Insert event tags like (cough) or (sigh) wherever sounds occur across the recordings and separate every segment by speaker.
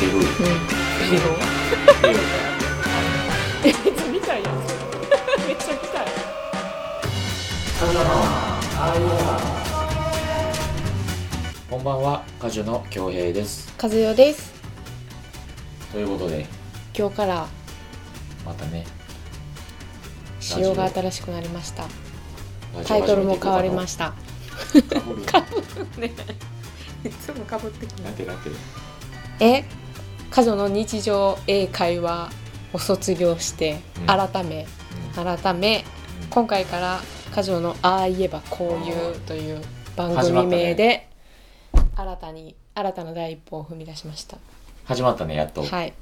Speaker 1: いいよえめっちゃ見たいやんそれめっちゃ見たい
Speaker 2: こんばんは、歌手の京平です。
Speaker 1: 和代です
Speaker 2: ということで、
Speaker 1: 今日から
Speaker 2: またね、
Speaker 1: 仕様が新しくなりました
Speaker 2: ラジオ
Speaker 1: タイトル
Speaker 2: 始め
Speaker 1: も
Speaker 2: ていこうか
Speaker 1: 変
Speaker 2: な
Speaker 1: わりました
Speaker 2: かぶる。
Speaker 1: ねいつもかぶってく
Speaker 2: なんてなんて。
Speaker 1: え家女の日常英会話を卒業して
Speaker 2: うん
Speaker 1: 改め、改め
Speaker 2: うん
Speaker 1: 今回から家女の「ああ言えばこういう」という番組名で、新たに新たな第一歩を踏み出しました
Speaker 2: 始まったね、やっと。
Speaker 1: はい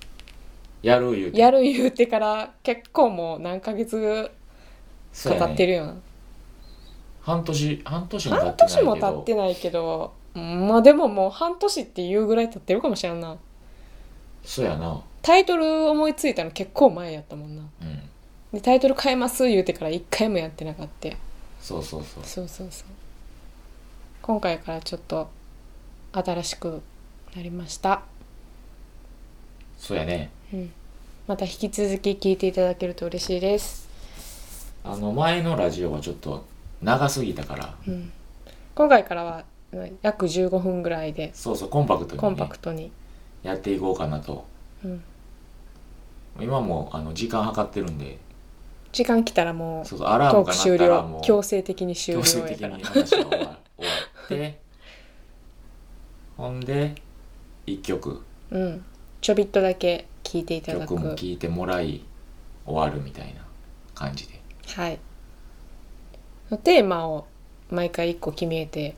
Speaker 2: やる言うて。
Speaker 1: やる言うてから結構もう何ヶ月
Speaker 2: そう
Speaker 1: か
Speaker 2: や
Speaker 1: 経
Speaker 2: ね
Speaker 1: ってるよな、
Speaker 2: 半年、半年も経ってない
Speaker 1: 半
Speaker 2: けど。
Speaker 1: 年も経ってないけどまあでももう半年っていうぐらい経ってるかもしれんな
Speaker 2: そうやな。
Speaker 1: タイトル思いついたの結構前やったもんな
Speaker 2: うん。
Speaker 1: でタイトル変えます言うてから一回もやってなかった
Speaker 2: そうそうそう。
Speaker 1: そうそうそう今回からちょっと新しくなりました、
Speaker 2: そうやね。
Speaker 1: うん、また引き続き聞いていただけると嬉しいです、
Speaker 2: あの、前のラジオはちょっと長すぎたから、
Speaker 1: うん、今回からはうん約15分ぐらいで
Speaker 2: そうそう、コンパクトに、ね、
Speaker 1: コンパクトに、
Speaker 2: やっていこうかなと。
Speaker 1: うん、
Speaker 2: 今も、あの、時間計ってるんで、
Speaker 1: 時間来たらもう
Speaker 2: そうそう、アラー
Speaker 1: ト
Speaker 2: ム
Speaker 1: ー
Speaker 2: が
Speaker 1: ク
Speaker 2: 鳴っ
Speaker 1: 終
Speaker 2: たらも
Speaker 1: 了
Speaker 2: う、
Speaker 1: 強制的に終了
Speaker 2: 強制
Speaker 1: や
Speaker 2: 的
Speaker 1: から
Speaker 2: に話が終わ終わってほんで1曲
Speaker 1: うんちょびっとだけ聞いていただく
Speaker 2: 曲も聴いてもらい終わるみたいな感じで
Speaker 1: はいテーマを毎回一個決めて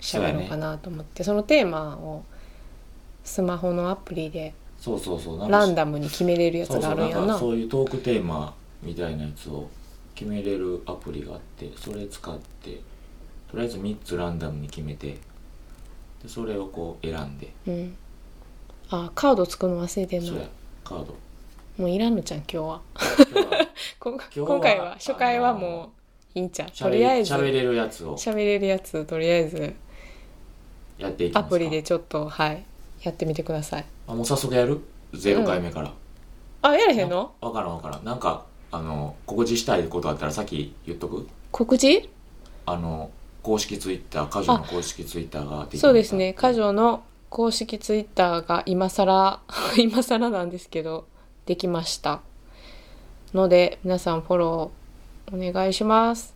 Speaker 1: 喋ろうかなと思ってそ,、のテーマをスマホのアプリで
Speaker 2: そうそうそうなんか
Speaker 1: ランダムに決めれるやつ
Speaker 2: そうそ
Speaker 1: があ
Speaker 2: う
Speaker 1: る
Speaker 2: なんん
Speaker 1: やな
Speaker 2: かそういうトークテーマみたいなやつを決めれるアプリがあってそれ使ってとりあえず3つランダムに決めてでそれをこう選んで
Speaker 1: うん、あカード作るの忘れてんの
Speaker 2: そうやカード
Speaker 1: もういらんのじゃん今日は
Speaker 2: 今日は
Speaker 1: こ
Speaker 2: 日は
Speaker 1: 今回は初回はもういいんちゃう (laughs) とりあえず
Speaker 2: しゃべ
Speaker 1: 喋
Speaker 2: れるやつを
Speaker 1: れるやつとりあえず
Speaker 2: やっていきま
Speaker 1: ア
Speaker 2: すか
Speaker 1: プリでちょっとはいやってみてください
Speaker 2: あもう早速やる ?0 回目から、
Speaker 1: あやれへんの
Speaker 2: わからんわからんなんかあの告知したいことあったらさっき言っとく
Speaker 1: 告知
Speaker 2: あの公式ツイッターカジュの公式ツイッターができ
Speaker 1: そうですね、
Speaker 2: カ
Speaker 1: カ
Speaker 2: ジ
Speaker 1: ジ
Speaker 2: ュ
Speaker 1: ョの公式ツイッターが今更、 (laughs) 今更なんですけど、できました。ので、皆さんフォローお願いします。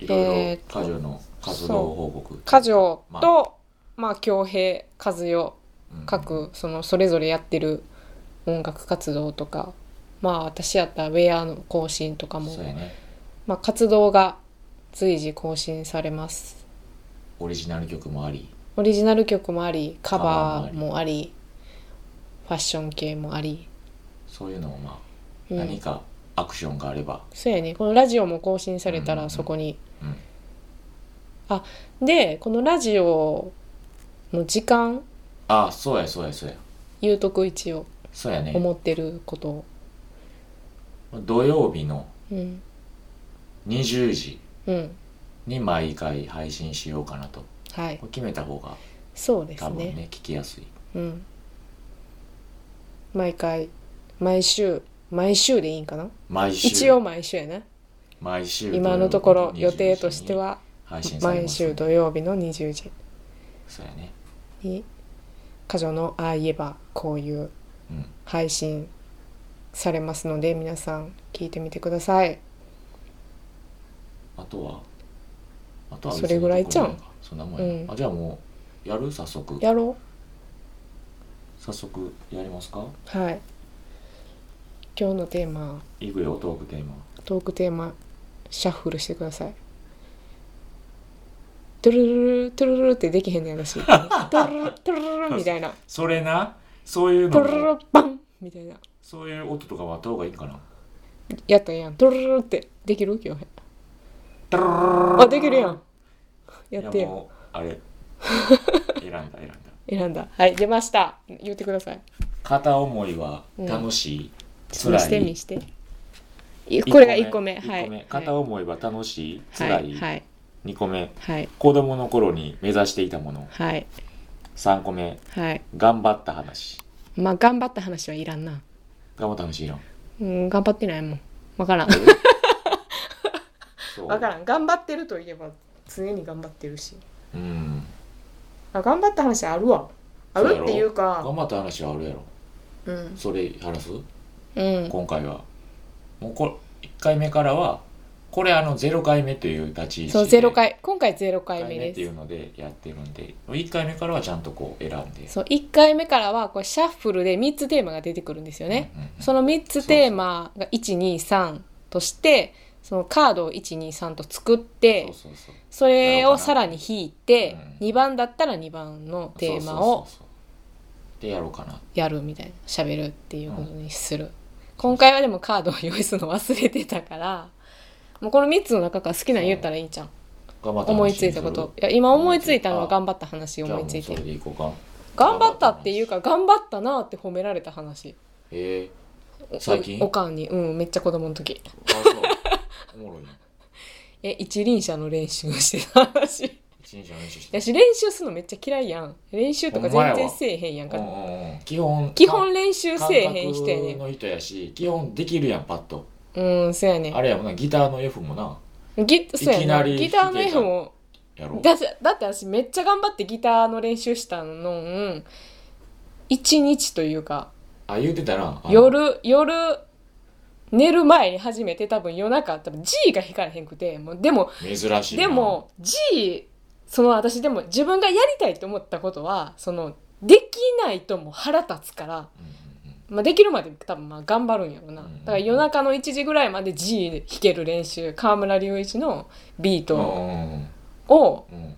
Speaker 2: いろいろ、
Speaker 1: えー
Speaker 2: カジュの活動報告
Speaker 1: カジョ
Speaker 2: まあ
Speaker 1: と、まあ、京平、和代、
Speaker 2: うん
Speaker 1: 各、その、それぞれやってる音楽活動とか、まあ、私やったらウェアの更新とかも、
Speaker 2: そうやね
Speaker 1: まあ、活動が随時更新されます。
Speaker 2: オリジナル曲もあり
Speaker 1: オリジナル曲もありカバ
Speaker 2: カバ
Speaker 1: ー
Speaker 2: ー
Speaker 1: もありファッション系もあり、
Speaker 2: そういうのもまあ、
Speaker 1: うん
Speaker 2: 何かアクションがあれば
Speaker 1: そうやねこのラジオも更新された
Speaker 2: うんうんう
Speaker 1: ら
Speaker 2: ん
Speaker 1: そこに、
Speaker 2: うん
Speaker 1: でこのラジオの時間
Speaker 2: あそうやそうやそうや
Speaker 1: 言うとく一応
Speaker 2: そうやね
Speaker 1: 思ってることを
Speaker 2: 土曜日の
Speaker 1: うん
Speaker 2: 20時
Speaker 1: うん
Speaker 2: に毎回配信しようかなと
Speaker 1: はい
Speaker 2: これ決めた方が
Speaker 1: そうです
Speaker 2: 多分
Speaker 1: ね
Speaker 2: ね聞きやすい
Speaker 1: うん毎回毎週毎週でいいんかな
Speaker 2: 毎週
Speaker 1: 一応毎週やな
Speaker 2: 毎週
Speaker 1: 今のところ予定としては
Speaker 2: 配信され
Speaker 1: 毎
Speaker 2: ます
Speaker 1: 週土曜日の20時
Speaker 2: そうやね
Speaker 1: に家女のああ言えばこういう
Speaker 2: うん
Speaker 1: 配信されますので皆さん聞いてみてください
Speaker 2: あとはあとは
Speaker 1: それぐらいちゃうん
Speaker 2: 別に特になんかそんなもんやな、
Speaker 1: うん
Speaker 2: あじゃあもうやる早速
Speaker 1: やろ
Speaker 2: 早速やりますか
Speaker 1: うはい今日のテーマ
Speaker 2: いくよトークテーマ
Speaker 1: トークテーマシャッフルしてくださいトゥルルルトゥルルルってできへんねやらしトゥルルルトゥルルルみたいな
Speaker 2: それなそういう
Speaker 1: ト
Speaker 2: の
Speaker 1: ゥルル
Speaker 2: も
Speaker 1: ルバンみたいな
Speaker 2: そういう音とかはあった方がいいんかな
Speaker 1: やったらええやんトゥルルルってできる今日
Speaker 2: ダララララ
Speaker 1: あできるやんやって
Speaker 2: いや
Speaker 1: よ
Speaker 2: もうあれ選んだ選んだ
Speaker 1: 選んだはい出ました言ってください
Speaker 2: 片思いは楽しい、
Speaker 1: ちょっ
Speaker 2: 辛
Speaker 1: と
Speaker 2: い
Speaker 1: 見して見していこれが1個目
Speaker 2: 一
Speaker 1: はい
Speaker 2: 片思いは楽しい辛
Speaker 1: はい
Speaker 2: い、
Speaker 1: はい
Speaker 2: 2個目
Speaker 1: はい
Speaker 2: 子供の頃に目指していたもの
Speaker 1: はい
Speaker 2: 3個目
Speaker 1: はい
Speaker 2: 頑張った話
Speaker 1: まあ頑張った話はいらんな、
Speaker 2: 頑張った話いらん
Speaker 1: うん、頑張ってないもん分からん
Speaker 2: そう
Speaker 1: 分からん頑張ってるといえば常に頑張ってるし
Speaker 2: うん
Speaker 1: あ頑張った話あるわあるっていう
Speaker 2: 頑
Speaker 1: か
Speaker 2: 張った話はあるやろ
Speaker 1: うん
Speaker 2: それ話す
Speaker 1: うん
Speaker 2: 今回はもうこ1回目からはこれあの0回目という立ち位置で
Speaker 1: そうゼロ回今回ゼロ
Speaker 2: 1
Speaker 1: 回
Speaker 2: 回
Speaker 1: 目
Speaker 2: 目
Speaker 1: で
Speaker 2: っ
Speaker 1: す
Speaker 2: ていうのでやってるんで1回目からはちゃんとこう選んで
Speaker 1: そう1回目からはこうシャッフルで3つテーマが出てくるんですよね、
Speaker 2: うんうんうん
Speaker 1: その3つテーマが123としてそのカードを123と作って
Speaker 2: そうそうそう
Speaker 1: それをさらに引いて、
Speaker 2: うん
Speaker 1: 2番だったら2番のテー
Speaker 2: そうそう
Speaker 1: マを
Speaker 2: そうそうでやろうかな
Speaker 1: やるみたいな喋るっていうことにする、今回はでもカードを用意するの忘れてたからもうこの3つの中から好きなの言ったらいいじゃん
Speaker 2: 頑張った話
Speaker 1: 思いついたこといや今思いついたのは頑張った話思いつい
Speaker 2: じゃあもうそれ
Speaker 1: て
Speaker 2: でいこうか
Speaker 1: 頑張ったっていうか頑張ったなって褒められた話
Speaker 2: えー、最近
Speaker 1: おおかんにうんめっちゃ子供の時
Speaker 2: あそうおもろいな
Speaker 1: え一輪車の練習をしてた話
Speaker 2: 一日の練習して
Speaker 1: やし練習するのめっちゃ嫌いやん練習とか全然せえへんやん
Speaker 2: う
Speaker 1: か
Speaker 2: んうんうん基本
Speaker 1: 基本練習せえへん人や
Speaker 2: 感覚の人やし基本できるやんパッと
Speaker 1: ねんうんそうやね
Speaker 2: あれやもんなギターの F もな
Speaker 1: ギそう
Speaker 2: いき
Speaker 1: や
Speaker 2: な
Speaker 1: な
Speaker 2: り
Speaker 1: ギターの
Speaker 2: 弾けた
Speaker 1: F も
Speaker 2: やろう
Speaker 1: だだって私めっちゃ頑張ってギターの練習したのん1日というか
Speaker 2: あ言うてたなあの
Speaker 1: 夜夜寝る前に始めて多分夜中多分 G が弾かれへんくてもうでも
Speaker 2: 珍しいな
Speaker 1: でも G その私でも自分がやりたいと思ったことはそのできないともう腹立つから、
Speaker 2: うんうん
Speaker 1: まあ、できるまで多分まあ頑張るんやろな
Speaker 2: う
Speaker 1: だ
Speaker 2: ん
Speaker 1: から夜中の1時ぐらいまで G 弾ける練習河村隆一のビート
Speaker 2: うんうん
Speaker 1: を
Speaker 2: うんうん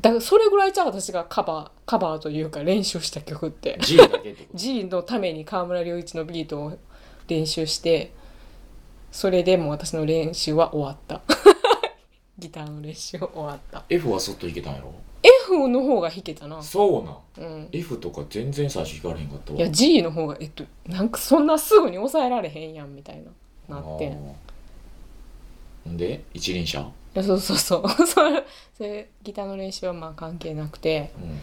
Speaker 1: だからそれぐらいじゃあ私がカバーカバーというか練習した曲って。
Speaker 2: G だけってこと
Speaker 1: G のために河村隆一のビートを練習してそれでもう私の練習は終わった (laughs) ギターの練習終わった
Speaker 2: F はそっといけたんやろ
Speaker 1: F の方が弾けたな
Speaker 2: そうなん
Speaker 1: うん
Speaker 2: F とか全然最初弾かれへんかったわ
Speaker 1: いや G の方がえっとなんかそんなすぐに抑えられへんやんみたいななって
Speaker 2: あ
Speaker 1: い
Speaker 2: ーんで一輪車、
Speaker 1: やそうそうそう (laughs) それそれギターの練習はまあ関係なくて
Speaker 2: うん、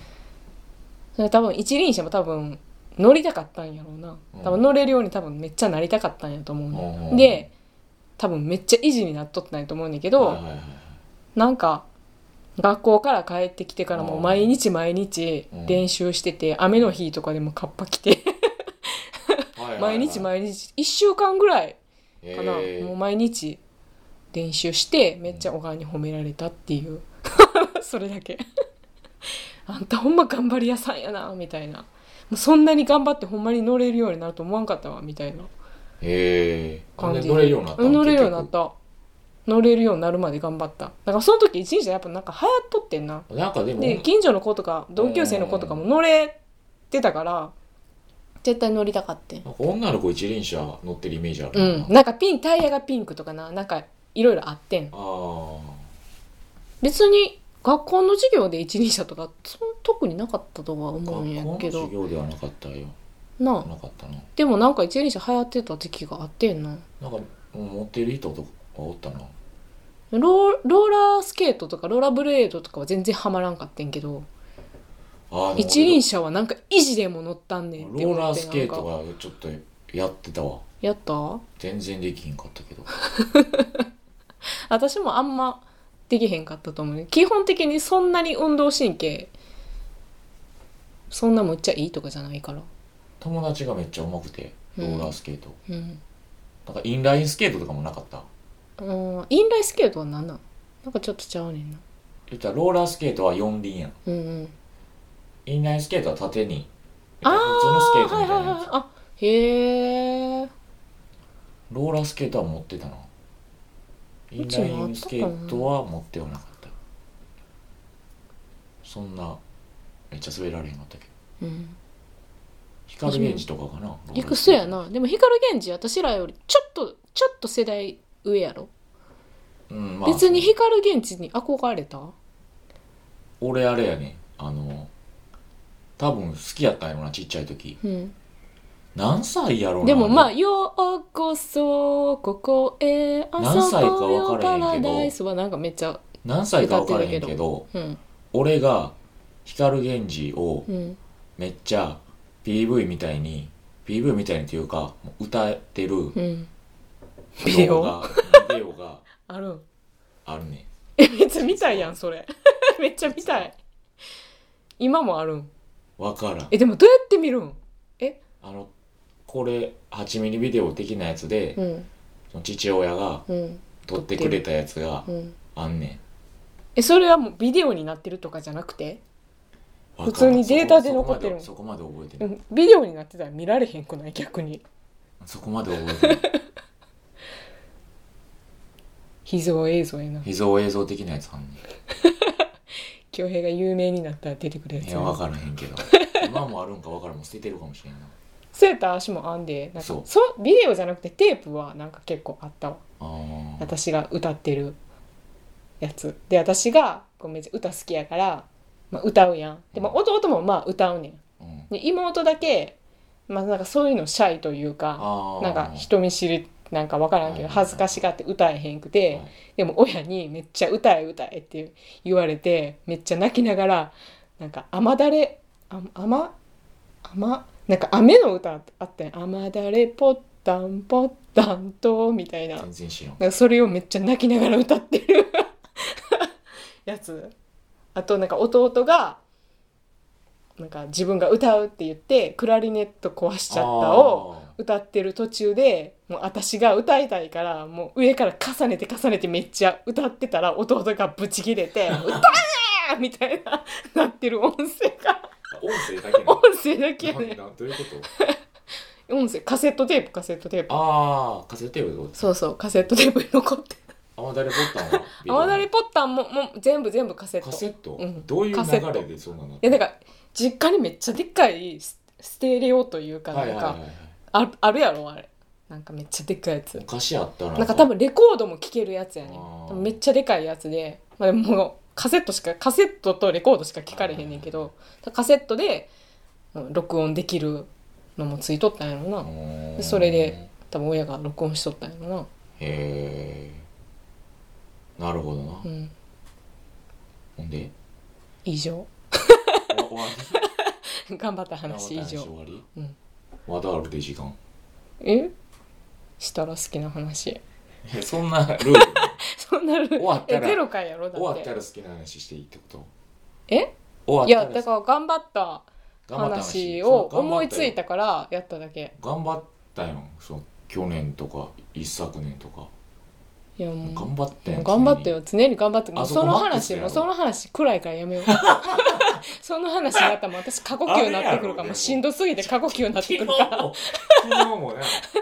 Speaker 1: それ多分一輪車も多分乗りたかったんやろうな
Speaker 2: うん
Speaker 1: 多分乗れるように多分めっちゃなりたかったんやと思うね、
Speaker 2: うん
Speaker 1: ん、で多分めっちゃ維持になっとってないと思うねんだけど、
Speaker 2: はいはいはい
Speaker 1: なんか学校から帰ってきてからも
Speaker 2: うん
Speaker 1: 毎日毎日練習してて、雨の日とかでもカッパ着て
Speaker 2: はいはいはい
Speaker 1: 毎日毎日1週間ぐらいかな、
Speaker 2: へー
Speaker 1: もう毎日練習してめっちゃお母に褒められたっていう (laughs) それだけ (laughs) あんたほんま頑張り屋さんやなみたいなもうそんなに頑張ってほんまに乗れるようになると思わんかったわみたいな
Speaker 2: へえ
Speaker 1: 感じで
Speaker 2: 乗れるようになった
Speaker 1: うん乗れるようになった乗れるようになるまで頑張っただからその時一日やっぱなんか流行っとってんな
Speaker 2: 結局なんかでも
Speaker 1: で近所の子とか同級生の子とかも乗れてたから絶対乗りたかって
Speaker 2: なんか女の子一輪車乗ってるイメージある
Speaker 1: う
Speaker 2: な、
Speaker 1: んなんかピンタイヤがピンクとかななんかいろいろあってん
Speaker 2: あー
Speaker 1: 別に学校の授業で一輪車とかそ特になかったとは
Speaker 2: 学
Speaker 1: 思
Speaker 2: 校
Speaker 1: うんや
Speaker 2: の
Speaker 1: け
Speaker 2: 授
Speaker 1: ど
Speaker 2: 業ではなかったよ
Speaker 1: なあ
Speaker 2: なかったな
Speaker 1: でもなんか一輪車流行ってた時期があってんな
Speaker 2: なんかうん持ってる人とかおったな
Speaker 1: ローローラースケートとかローラーブレードとかは全然ハマらんかってんけど
Speaker 2: あーでも
Speaker 1: 一輪車はなんか維持でも乗ったんねんって
Speaker 2: ロ
Speaker 1: 思っ
Speaker 2: ー
Speaker 1: て
Speaker 2: ラースケート
Speaker 1: なんか
Speaker 2: がちょっとやってたわ
Speaker 1: やった
Speaker 2: 全然できひんかったけど
Speaker 1: 私もあんまできへんかったと思うね基本的にそんなに運動神経そんなむっちゃいいとかじゃないから
Speaker 2: 友達がめっちゃ上手くてローラースケート、
Speaker 1: うん、
Speaker 2: なんかインラインスケートとかもなかった
Speaker 1: うん、インラインスケートは何なんなんかちょっとちゃうねんな
Speaker 2: 言ったらローラースケートは四輪やん
Speaker 1: うんうん
Speaker 2: インラインスケートは縦に
Speaker 1: あ
Speaker 2: 普通のスケー
Speaker 1: あ
Speaker 2: ト
Speaker 1: は
Speaker 2: み
Speaker 1: い
Speaker 2: た
Speaker 1: はい
Speaker 2: いなやつ、
Speaker 1: はいあへえ
Speaker 2: ローラースケートは持ってたなイン
Speaker 1: ち
Speaker 2: ラ
Speaker 1: もあ
Speaker 2: イ
Speaker 1: ったかな
Speaker 2: ンスケートは持ってはなかったそんなめっちゃ滑られへんかったけど
Speaker 1: うん、
Speaker 2: 光源氏とかかな
Speaker 1: いくそやなでも光源氏私らよりちょっとちょっと世代上やろ、
Speaker 2: うんまあ
Speaker 1: 別に光源氏に憧れた
Speaker 2: 俺あれやねあの多分好きやったんやろなちっちゃい時
Speaker 1: うん
Speaker 2: 何歳やろうな
Speaker 1: でもまあ「
Speaker 2: れ
Speaker 1: ようこそここへ遊ぼうよ
Speaker 2: 何歳か分からへんけど
Speaker 1: パラダイス」はなんかめっちゃ
Speaker 2: 何歳か分からへんけ
Speaker 1: 歌って
Speaker 2: ど
Speaker 1: うん
Speaker 2: 俺が光源氏を
Speaker 1: うん
Speaker 2: めっちゃ PV みたいに PV みたいにっていうかもう歌ってる
Speaker 1: うんビデ
Speaker 2: 動
Speaker 1: オ
Speaker 2: 画ビデオが
Speaker 1: あるん
Speaker 2: あるね
Speaker 1: えめっちゃ見たいやんそれ (laughs) めっちゃ見たい今もあるん
Speaker 2: わからん
Speaker 1: えでもどうやって見るん
Speaker 2: あのこれ8ミリビデオ的なやつで、
Speaker 1: うん
Speaker 2: その父親が
Speaker 1: うん
Speaker 2: 撮ってくれたやつが
Speaker 1: うん
Speaker 2: あんね
Speaker 1: えそれはもうビデオになってるとかじゃなくて、
Speaker 2: ん
Speaker 1: 普通にデータで残ってる
Speaker 2: そこそこまでそこまで覚えて
Speaker 1: う
Speaker 2: ない、
Speaker 1: ん、ビデオになってたら見られへんくない逆に
Speaker 2: そこまで覚えてない
Speaker 1: (laughs) 秘蔵映像やな
Speaker 2: 秘蔵映像的なやつあんね
Speaker 1: 恭平が有名になったら出てくるや
Speaker 2: ん
Speaker 1: つ
Speaker 2: い
Speaker 1: や
Speaker 2: や
Speaker 1: な
Speaker 2: わからへん
Speaker 1: (laughs)
Speaker 2: けど今もあるんかわからんもう捨ててるかもしれんない
Speaker 1: セーター足も編んでなんか
Speaker 2: そう
Speaker 1: そビデオじゃなくてテープはなんか結構あったわ
Speaker 2: あー
Speaker 1: 私が歌ってるやつで私がこうめっちゃ歌好きやから、まあ、歌うやんで、まあ、弟もまあ歌うねん
Speaker 2: うん
Speaker 1: で妹だけ、まあ、なんかそういうのシャイというか
Speaker 2: あー
Speaker 1: なんか人見知りなんか分からんけ
Speaker 2: はい
Speaker 1: ど
Speaker 2: はい
Speaker 1: 恥ずかしがって歌えへんくて
Speaker 2: はい
Speaker 1: でも親にめっちゃ歌え歌えって言われてめっちゃ泣きながらなんか雨だれあ雨雨なんか雨の歌あったやん雨だれポッタンポッタンとみたいな
Speaker 2: 全然知らん
Speaker 1: なんかそれをめっちゃ泣きながら歌ってる (laughs) やつあとなんか弟がなんか自分が歌うって言ってクラリネット壊しちゃったを
Speaker 2: あー
Speaker 1: 歌ってる途中でもう私が歌いたいからもう上から重ねて重ねてめっちゃ歌ってたら弟がブチ切れて「歌え!」みたいななってる音声が
Speaker 2: 音声だけな
Speaker 1: 音
Speaker 2: の
Speaker 1: 声だけやね
Speaker 2: ななどういうこと
Speaker 1: 音声カセットテープカセットテープ
Speaker 2: ああ、カセットテープってこと
Speaker 1: そうそうカセットテープに残って
Speaker 2: 雨だれボタンはビデオ
Speaker 1: 泡だれポッタンももう全部全部カセット
Speaker 2: カセット、
Speaker 1: うん
Speaker 2: どういう
Speaker 1: カセッ
Speaker 2: 流
Speaker 1: ト
Speaker 2: れでそんなの
Speaker 1: いやなんか実家にめっちゃでっかいスステレオというかな
Speaker 2: はい
Speaker 1: ん
Speaker 2: はいはい
Speaker 1: か
Speaker 2: はい
Speaker 1: ああるやろあれなんかめっちゃでっかいやつ
Speaker 2: 昔あったな
Speaker 1: なんか多分レコードも聴けるやつやね
Speaker 2: あー
Speaker 1: でもめっちゃでかいやつで、まあ、でももうカセットしかカセットとレコードしか聴かれへんねんけどカセットでうん録音できるのもついとったんやろ
Speaker 2: う
Speaker 1: な
Speaker 2: ーん
Speaker 1: でそれで多分親が録音しとったんやろな
Speaker 2: へえなるほどな、
Speaker 1: うん
Speaker 2: ほん (laughs) で
Speaker 1: 以上 (laughs)
Speaker 2: お終わ
Speaker 1: 頑張った
Speaker 2: り
Speaker 1: 話以
Speaker 2: 話
Speaker 1: 上
Speaker 2: 終わり、
Speaker 1: うん
Speaker 2: まだあるで時間
Speaker 1: えしたら好きな話 (laughs)
Speaker 2: えそん (laughs) なルール
Speaker 1: そんなる
Speaker 2: 終わった
Speaker 1: え
Speaker 2: ら
Speaker 1: ゼロ回やろだって
Speaker 2: 終わったら好きな話していいってこと
Speaker 1: えい
Speaker 2: 終わ
Speaker 1: や
Speaker 2: ったら
Speaker 1: だから頑張った
Speaker 2: 頑張った
Speaker 1: 話を思いついたからやっただけ
Speaker 2: 頑張ったよそう去年とか一昨年とか、
Speaker 1: いやもう
Speaker 2: 頑張ったよ
Speaker 1: もう頑張ってよ常に頑張っても
Speaker 2: あ
Speaker 1: う
Speaker 2: そ
Speaker 1: そ
Speaker 2: こ
Speaker 1: の
Speaker 2: マックス
Speaker 1: 話
Speaker 2: や
Speaker 1: も
Speaker 2: ろ
Speaker 1: その話暗いから
Speaker 2: (laughs)
Speaker 1: やめようその話だったらもう私過呼吸になっ
Speaker 2: あれや
Speaker 1: てくる
Speaker 2: ろ
Speaker 1: か
Speaker 2: で
Speaker 1: も
Speaker 2: も
Speaker 1: しんどすぎて過呼吸になって
Speaker 2: 昨
Speaker 1: く
Speaker 2: 日
Speaker 1: るから
Speaker 2: も昨 (laughs) 日もね
Speaker 1: 昨日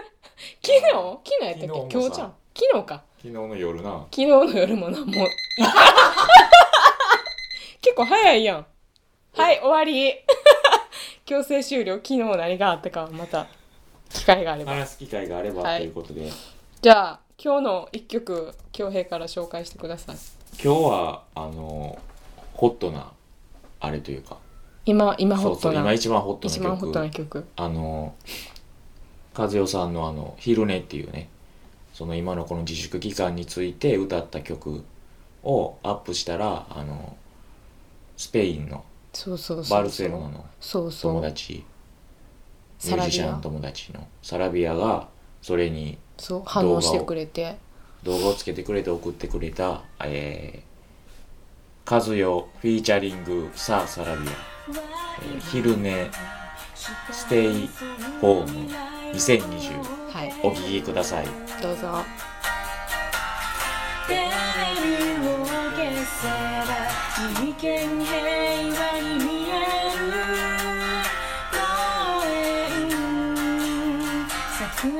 Speaker 1: 昨日やったっけ
Speaker 2: 昨
Speaker 1: 今
Speaker 2: 日もさ
Speaker 1: 日ちゃん昨日か
Speaker 2: 昨日の夜な
Speaker 1: 昨日の夜もなもう
Speaker 2: (laughs)
Speaker 1: 結構早いやんはい終わり強制終了昨日何があったかまた機会があれば
Speaker 2: 話す機会があれば
Speaker 1: はい
Speaker 2: ということで、
Speaker 1: じゃあ今日の一曲恭平から紹介してください
Speaker 2: 今日はあのホットなあれというか
Speaker 1: 今今ホ
Speaker 2: そう
Speaker 1: ッ
Speaker 2: そ
Speaker 1: ト
Speaker 2: う
Speaker 1: な
Speaker 2: 今一番ホットな
Speaker 1: 一番ホ
Speaker 2: 曲
Speaker 1: ットな曲
Speaker 2: あの和代さんのあの「昼寝」っていうねその今のこの自粛期間について歌った曲をアップしたらあのスペインの
Speaker 1: そうそうそうそう
Speaker 2: バルセロナの
Speaker 1: そうそ
Speaker 2: 友
Speaker 1: う
Speaker 2: 達ミ
Speaker 1: サ
Speaker 2: ュー
Speaker 1: ラ
Speaker 2: ジシ
Speaker 1: ビ
Speaker 2: ャン
Speaker 1: ア
Speaker 2: の友達のサラビアがそれに
Speaker 1: そう反応してくれて
Speaker 2: 動画をつけてくれて送ってくれた、えー、和代フィーチャリングさあサラビア、えー昼寝ステイホーム2020
Speaker 1: はい
Speaker 2: お聴きください
Speaker 1: どうぞ
Speaker 3: テレビを消せば一見平和に見える公園桜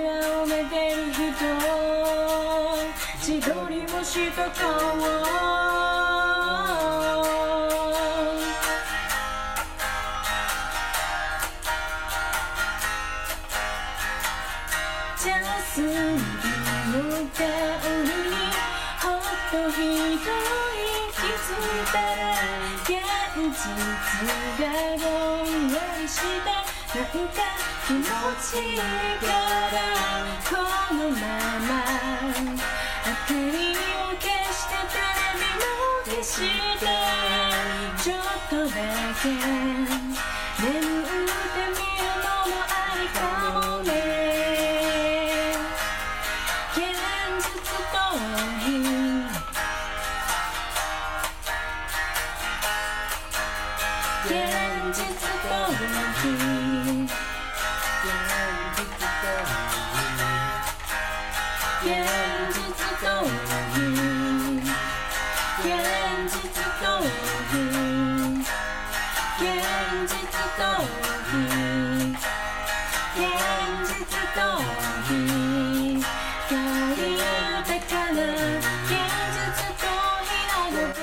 Speaker 3: をめでる人千鳥をした顔ジャスミンの香りにほっと一息ついたら現実がどんよりしたなんか気持ちいいからこのまま明かりを消してテレビを消してちょっとだけ眠ってみるのもありかもね現実逃避現実逃避現実逃避現実逃避現実逃避現実逃避恐竜だから現実逃避なのと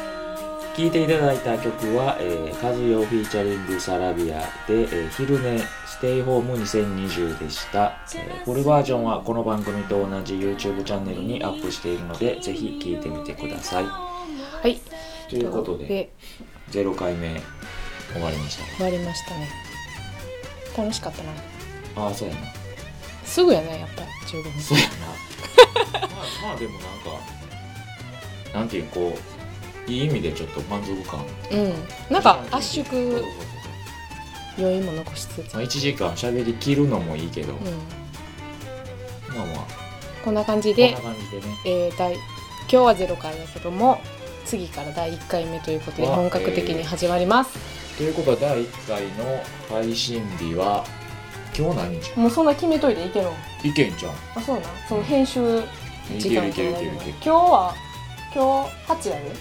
Speaker 2: 聴いていただいた曲は、えー、カズヨフィーチャリングサラビアで、えー昼寝ステイホーム2020でした、えーフルバージョンはこの番組と同じ YouTube チャンネルにアップしているのでぜひ聴いてみてください
Speaker 1: はい
Speaker 2: ということで0回目終わりましたね
Speaker 1: 終わりましたね楽しかったな
Speaker 2: ああそうやな
Speaker 1: すぐやねやっぱり15分
Speaker 2: そうやなまあ
Speaker 1: (laughs)
Speaker 2: まあでもなんかなんていうこういい意味でちょっと満足感
Speaker 1: うんなんか圧縮
Speaker 2: そうそうそう
Speaker 1: 余韻も残しつつ、
Speaker 2: まあ、1時間喋り切るのもいいけど、
Speaker 1: うん、
Speaker 2: まあまあ
Speaker 1: こんな感じ
Speaker 2: こん
Speaker 1: で
Speaker 2: な感じでね
Speaker 1: えー第今日は0回だけども次から第1回目ということで
Speaker 2: わ
Speaker 1: 本格的に始まります、
Speaker 2: ということは第1回の配信日は今日何日
Speaker 1: もうそんな決めといていけるの
Speaker 2: いけんじゃん
Speaker 1: あそうなんその編集
Speaker 2: い
Speaker 1: 時
Speaker 2: ける
Speaker 1: 間
Speaker 2: いけるいけるいける
Speaker 1: 今日は今日8やで、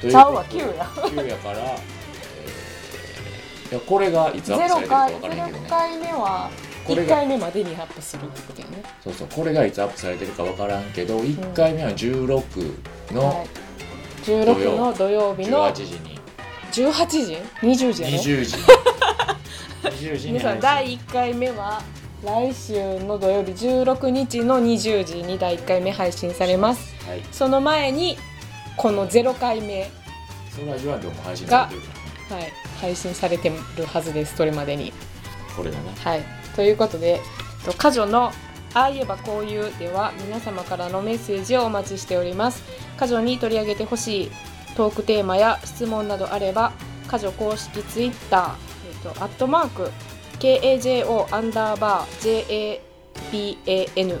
Speaker 2: とい
Speaker 1: ちゃうわ
Speaker 2: う
Speaker 1: 9や
Speaker 2: ことで9やから、えーいやこれがいつアップされ
Speaker 1: 0
Speaker 2: るか
Speaker 1: 回
Speaker 2: 分からへんけど
Speaker 1: 0
Speaker 2: ね
Speaker 1: 回目は
Speaker 2: これ
Speaker 1: 1
Speaker 2: が
Speaker 1: 回目までにアップするってことやね
Speaker 2: そうそうこれがいつアップされてるか分からんけど1回目は16
Speaker 1: は
Speaker 2: の
Speaker 1: い16の土曜日の
Speaker 2: 18時に
Speaker 1: 18時20時やね
Speaker 2: 20時に20時に
Speaker 1: 皆さん
Speaker 2: 配
Speaker 1: 第
Speaker 2: 信
Speaker 1: 1回目は来週の土曜日16日の20時に第1回目配信されます
Speaker 2: はい
Speaker 1: その前にこの0回目、はい、
Speaker 2: それは言わんでも配信されてるからね
Speaker 1: 配信されてるはずですそれまでに
Speaker 2: これだな
Speaker 1: はいということでえっと「家女のああ言えばこういう」では皆様からのメッセージをお待ちしております家女に取り上げてほしいトークテーマや質問などあれば家女公式ツイッター、えっと、アットマーク KAJO アンダーバー JAPAN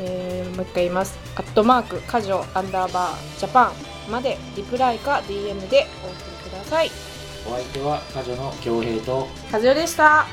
Speaker 1: えーもう一回言いますアットマーク家女アンダーバージャパンまでリプライか DM でお送りください
Speaker 2: お相手は家女の恭平と
Speaker 1: 和代でした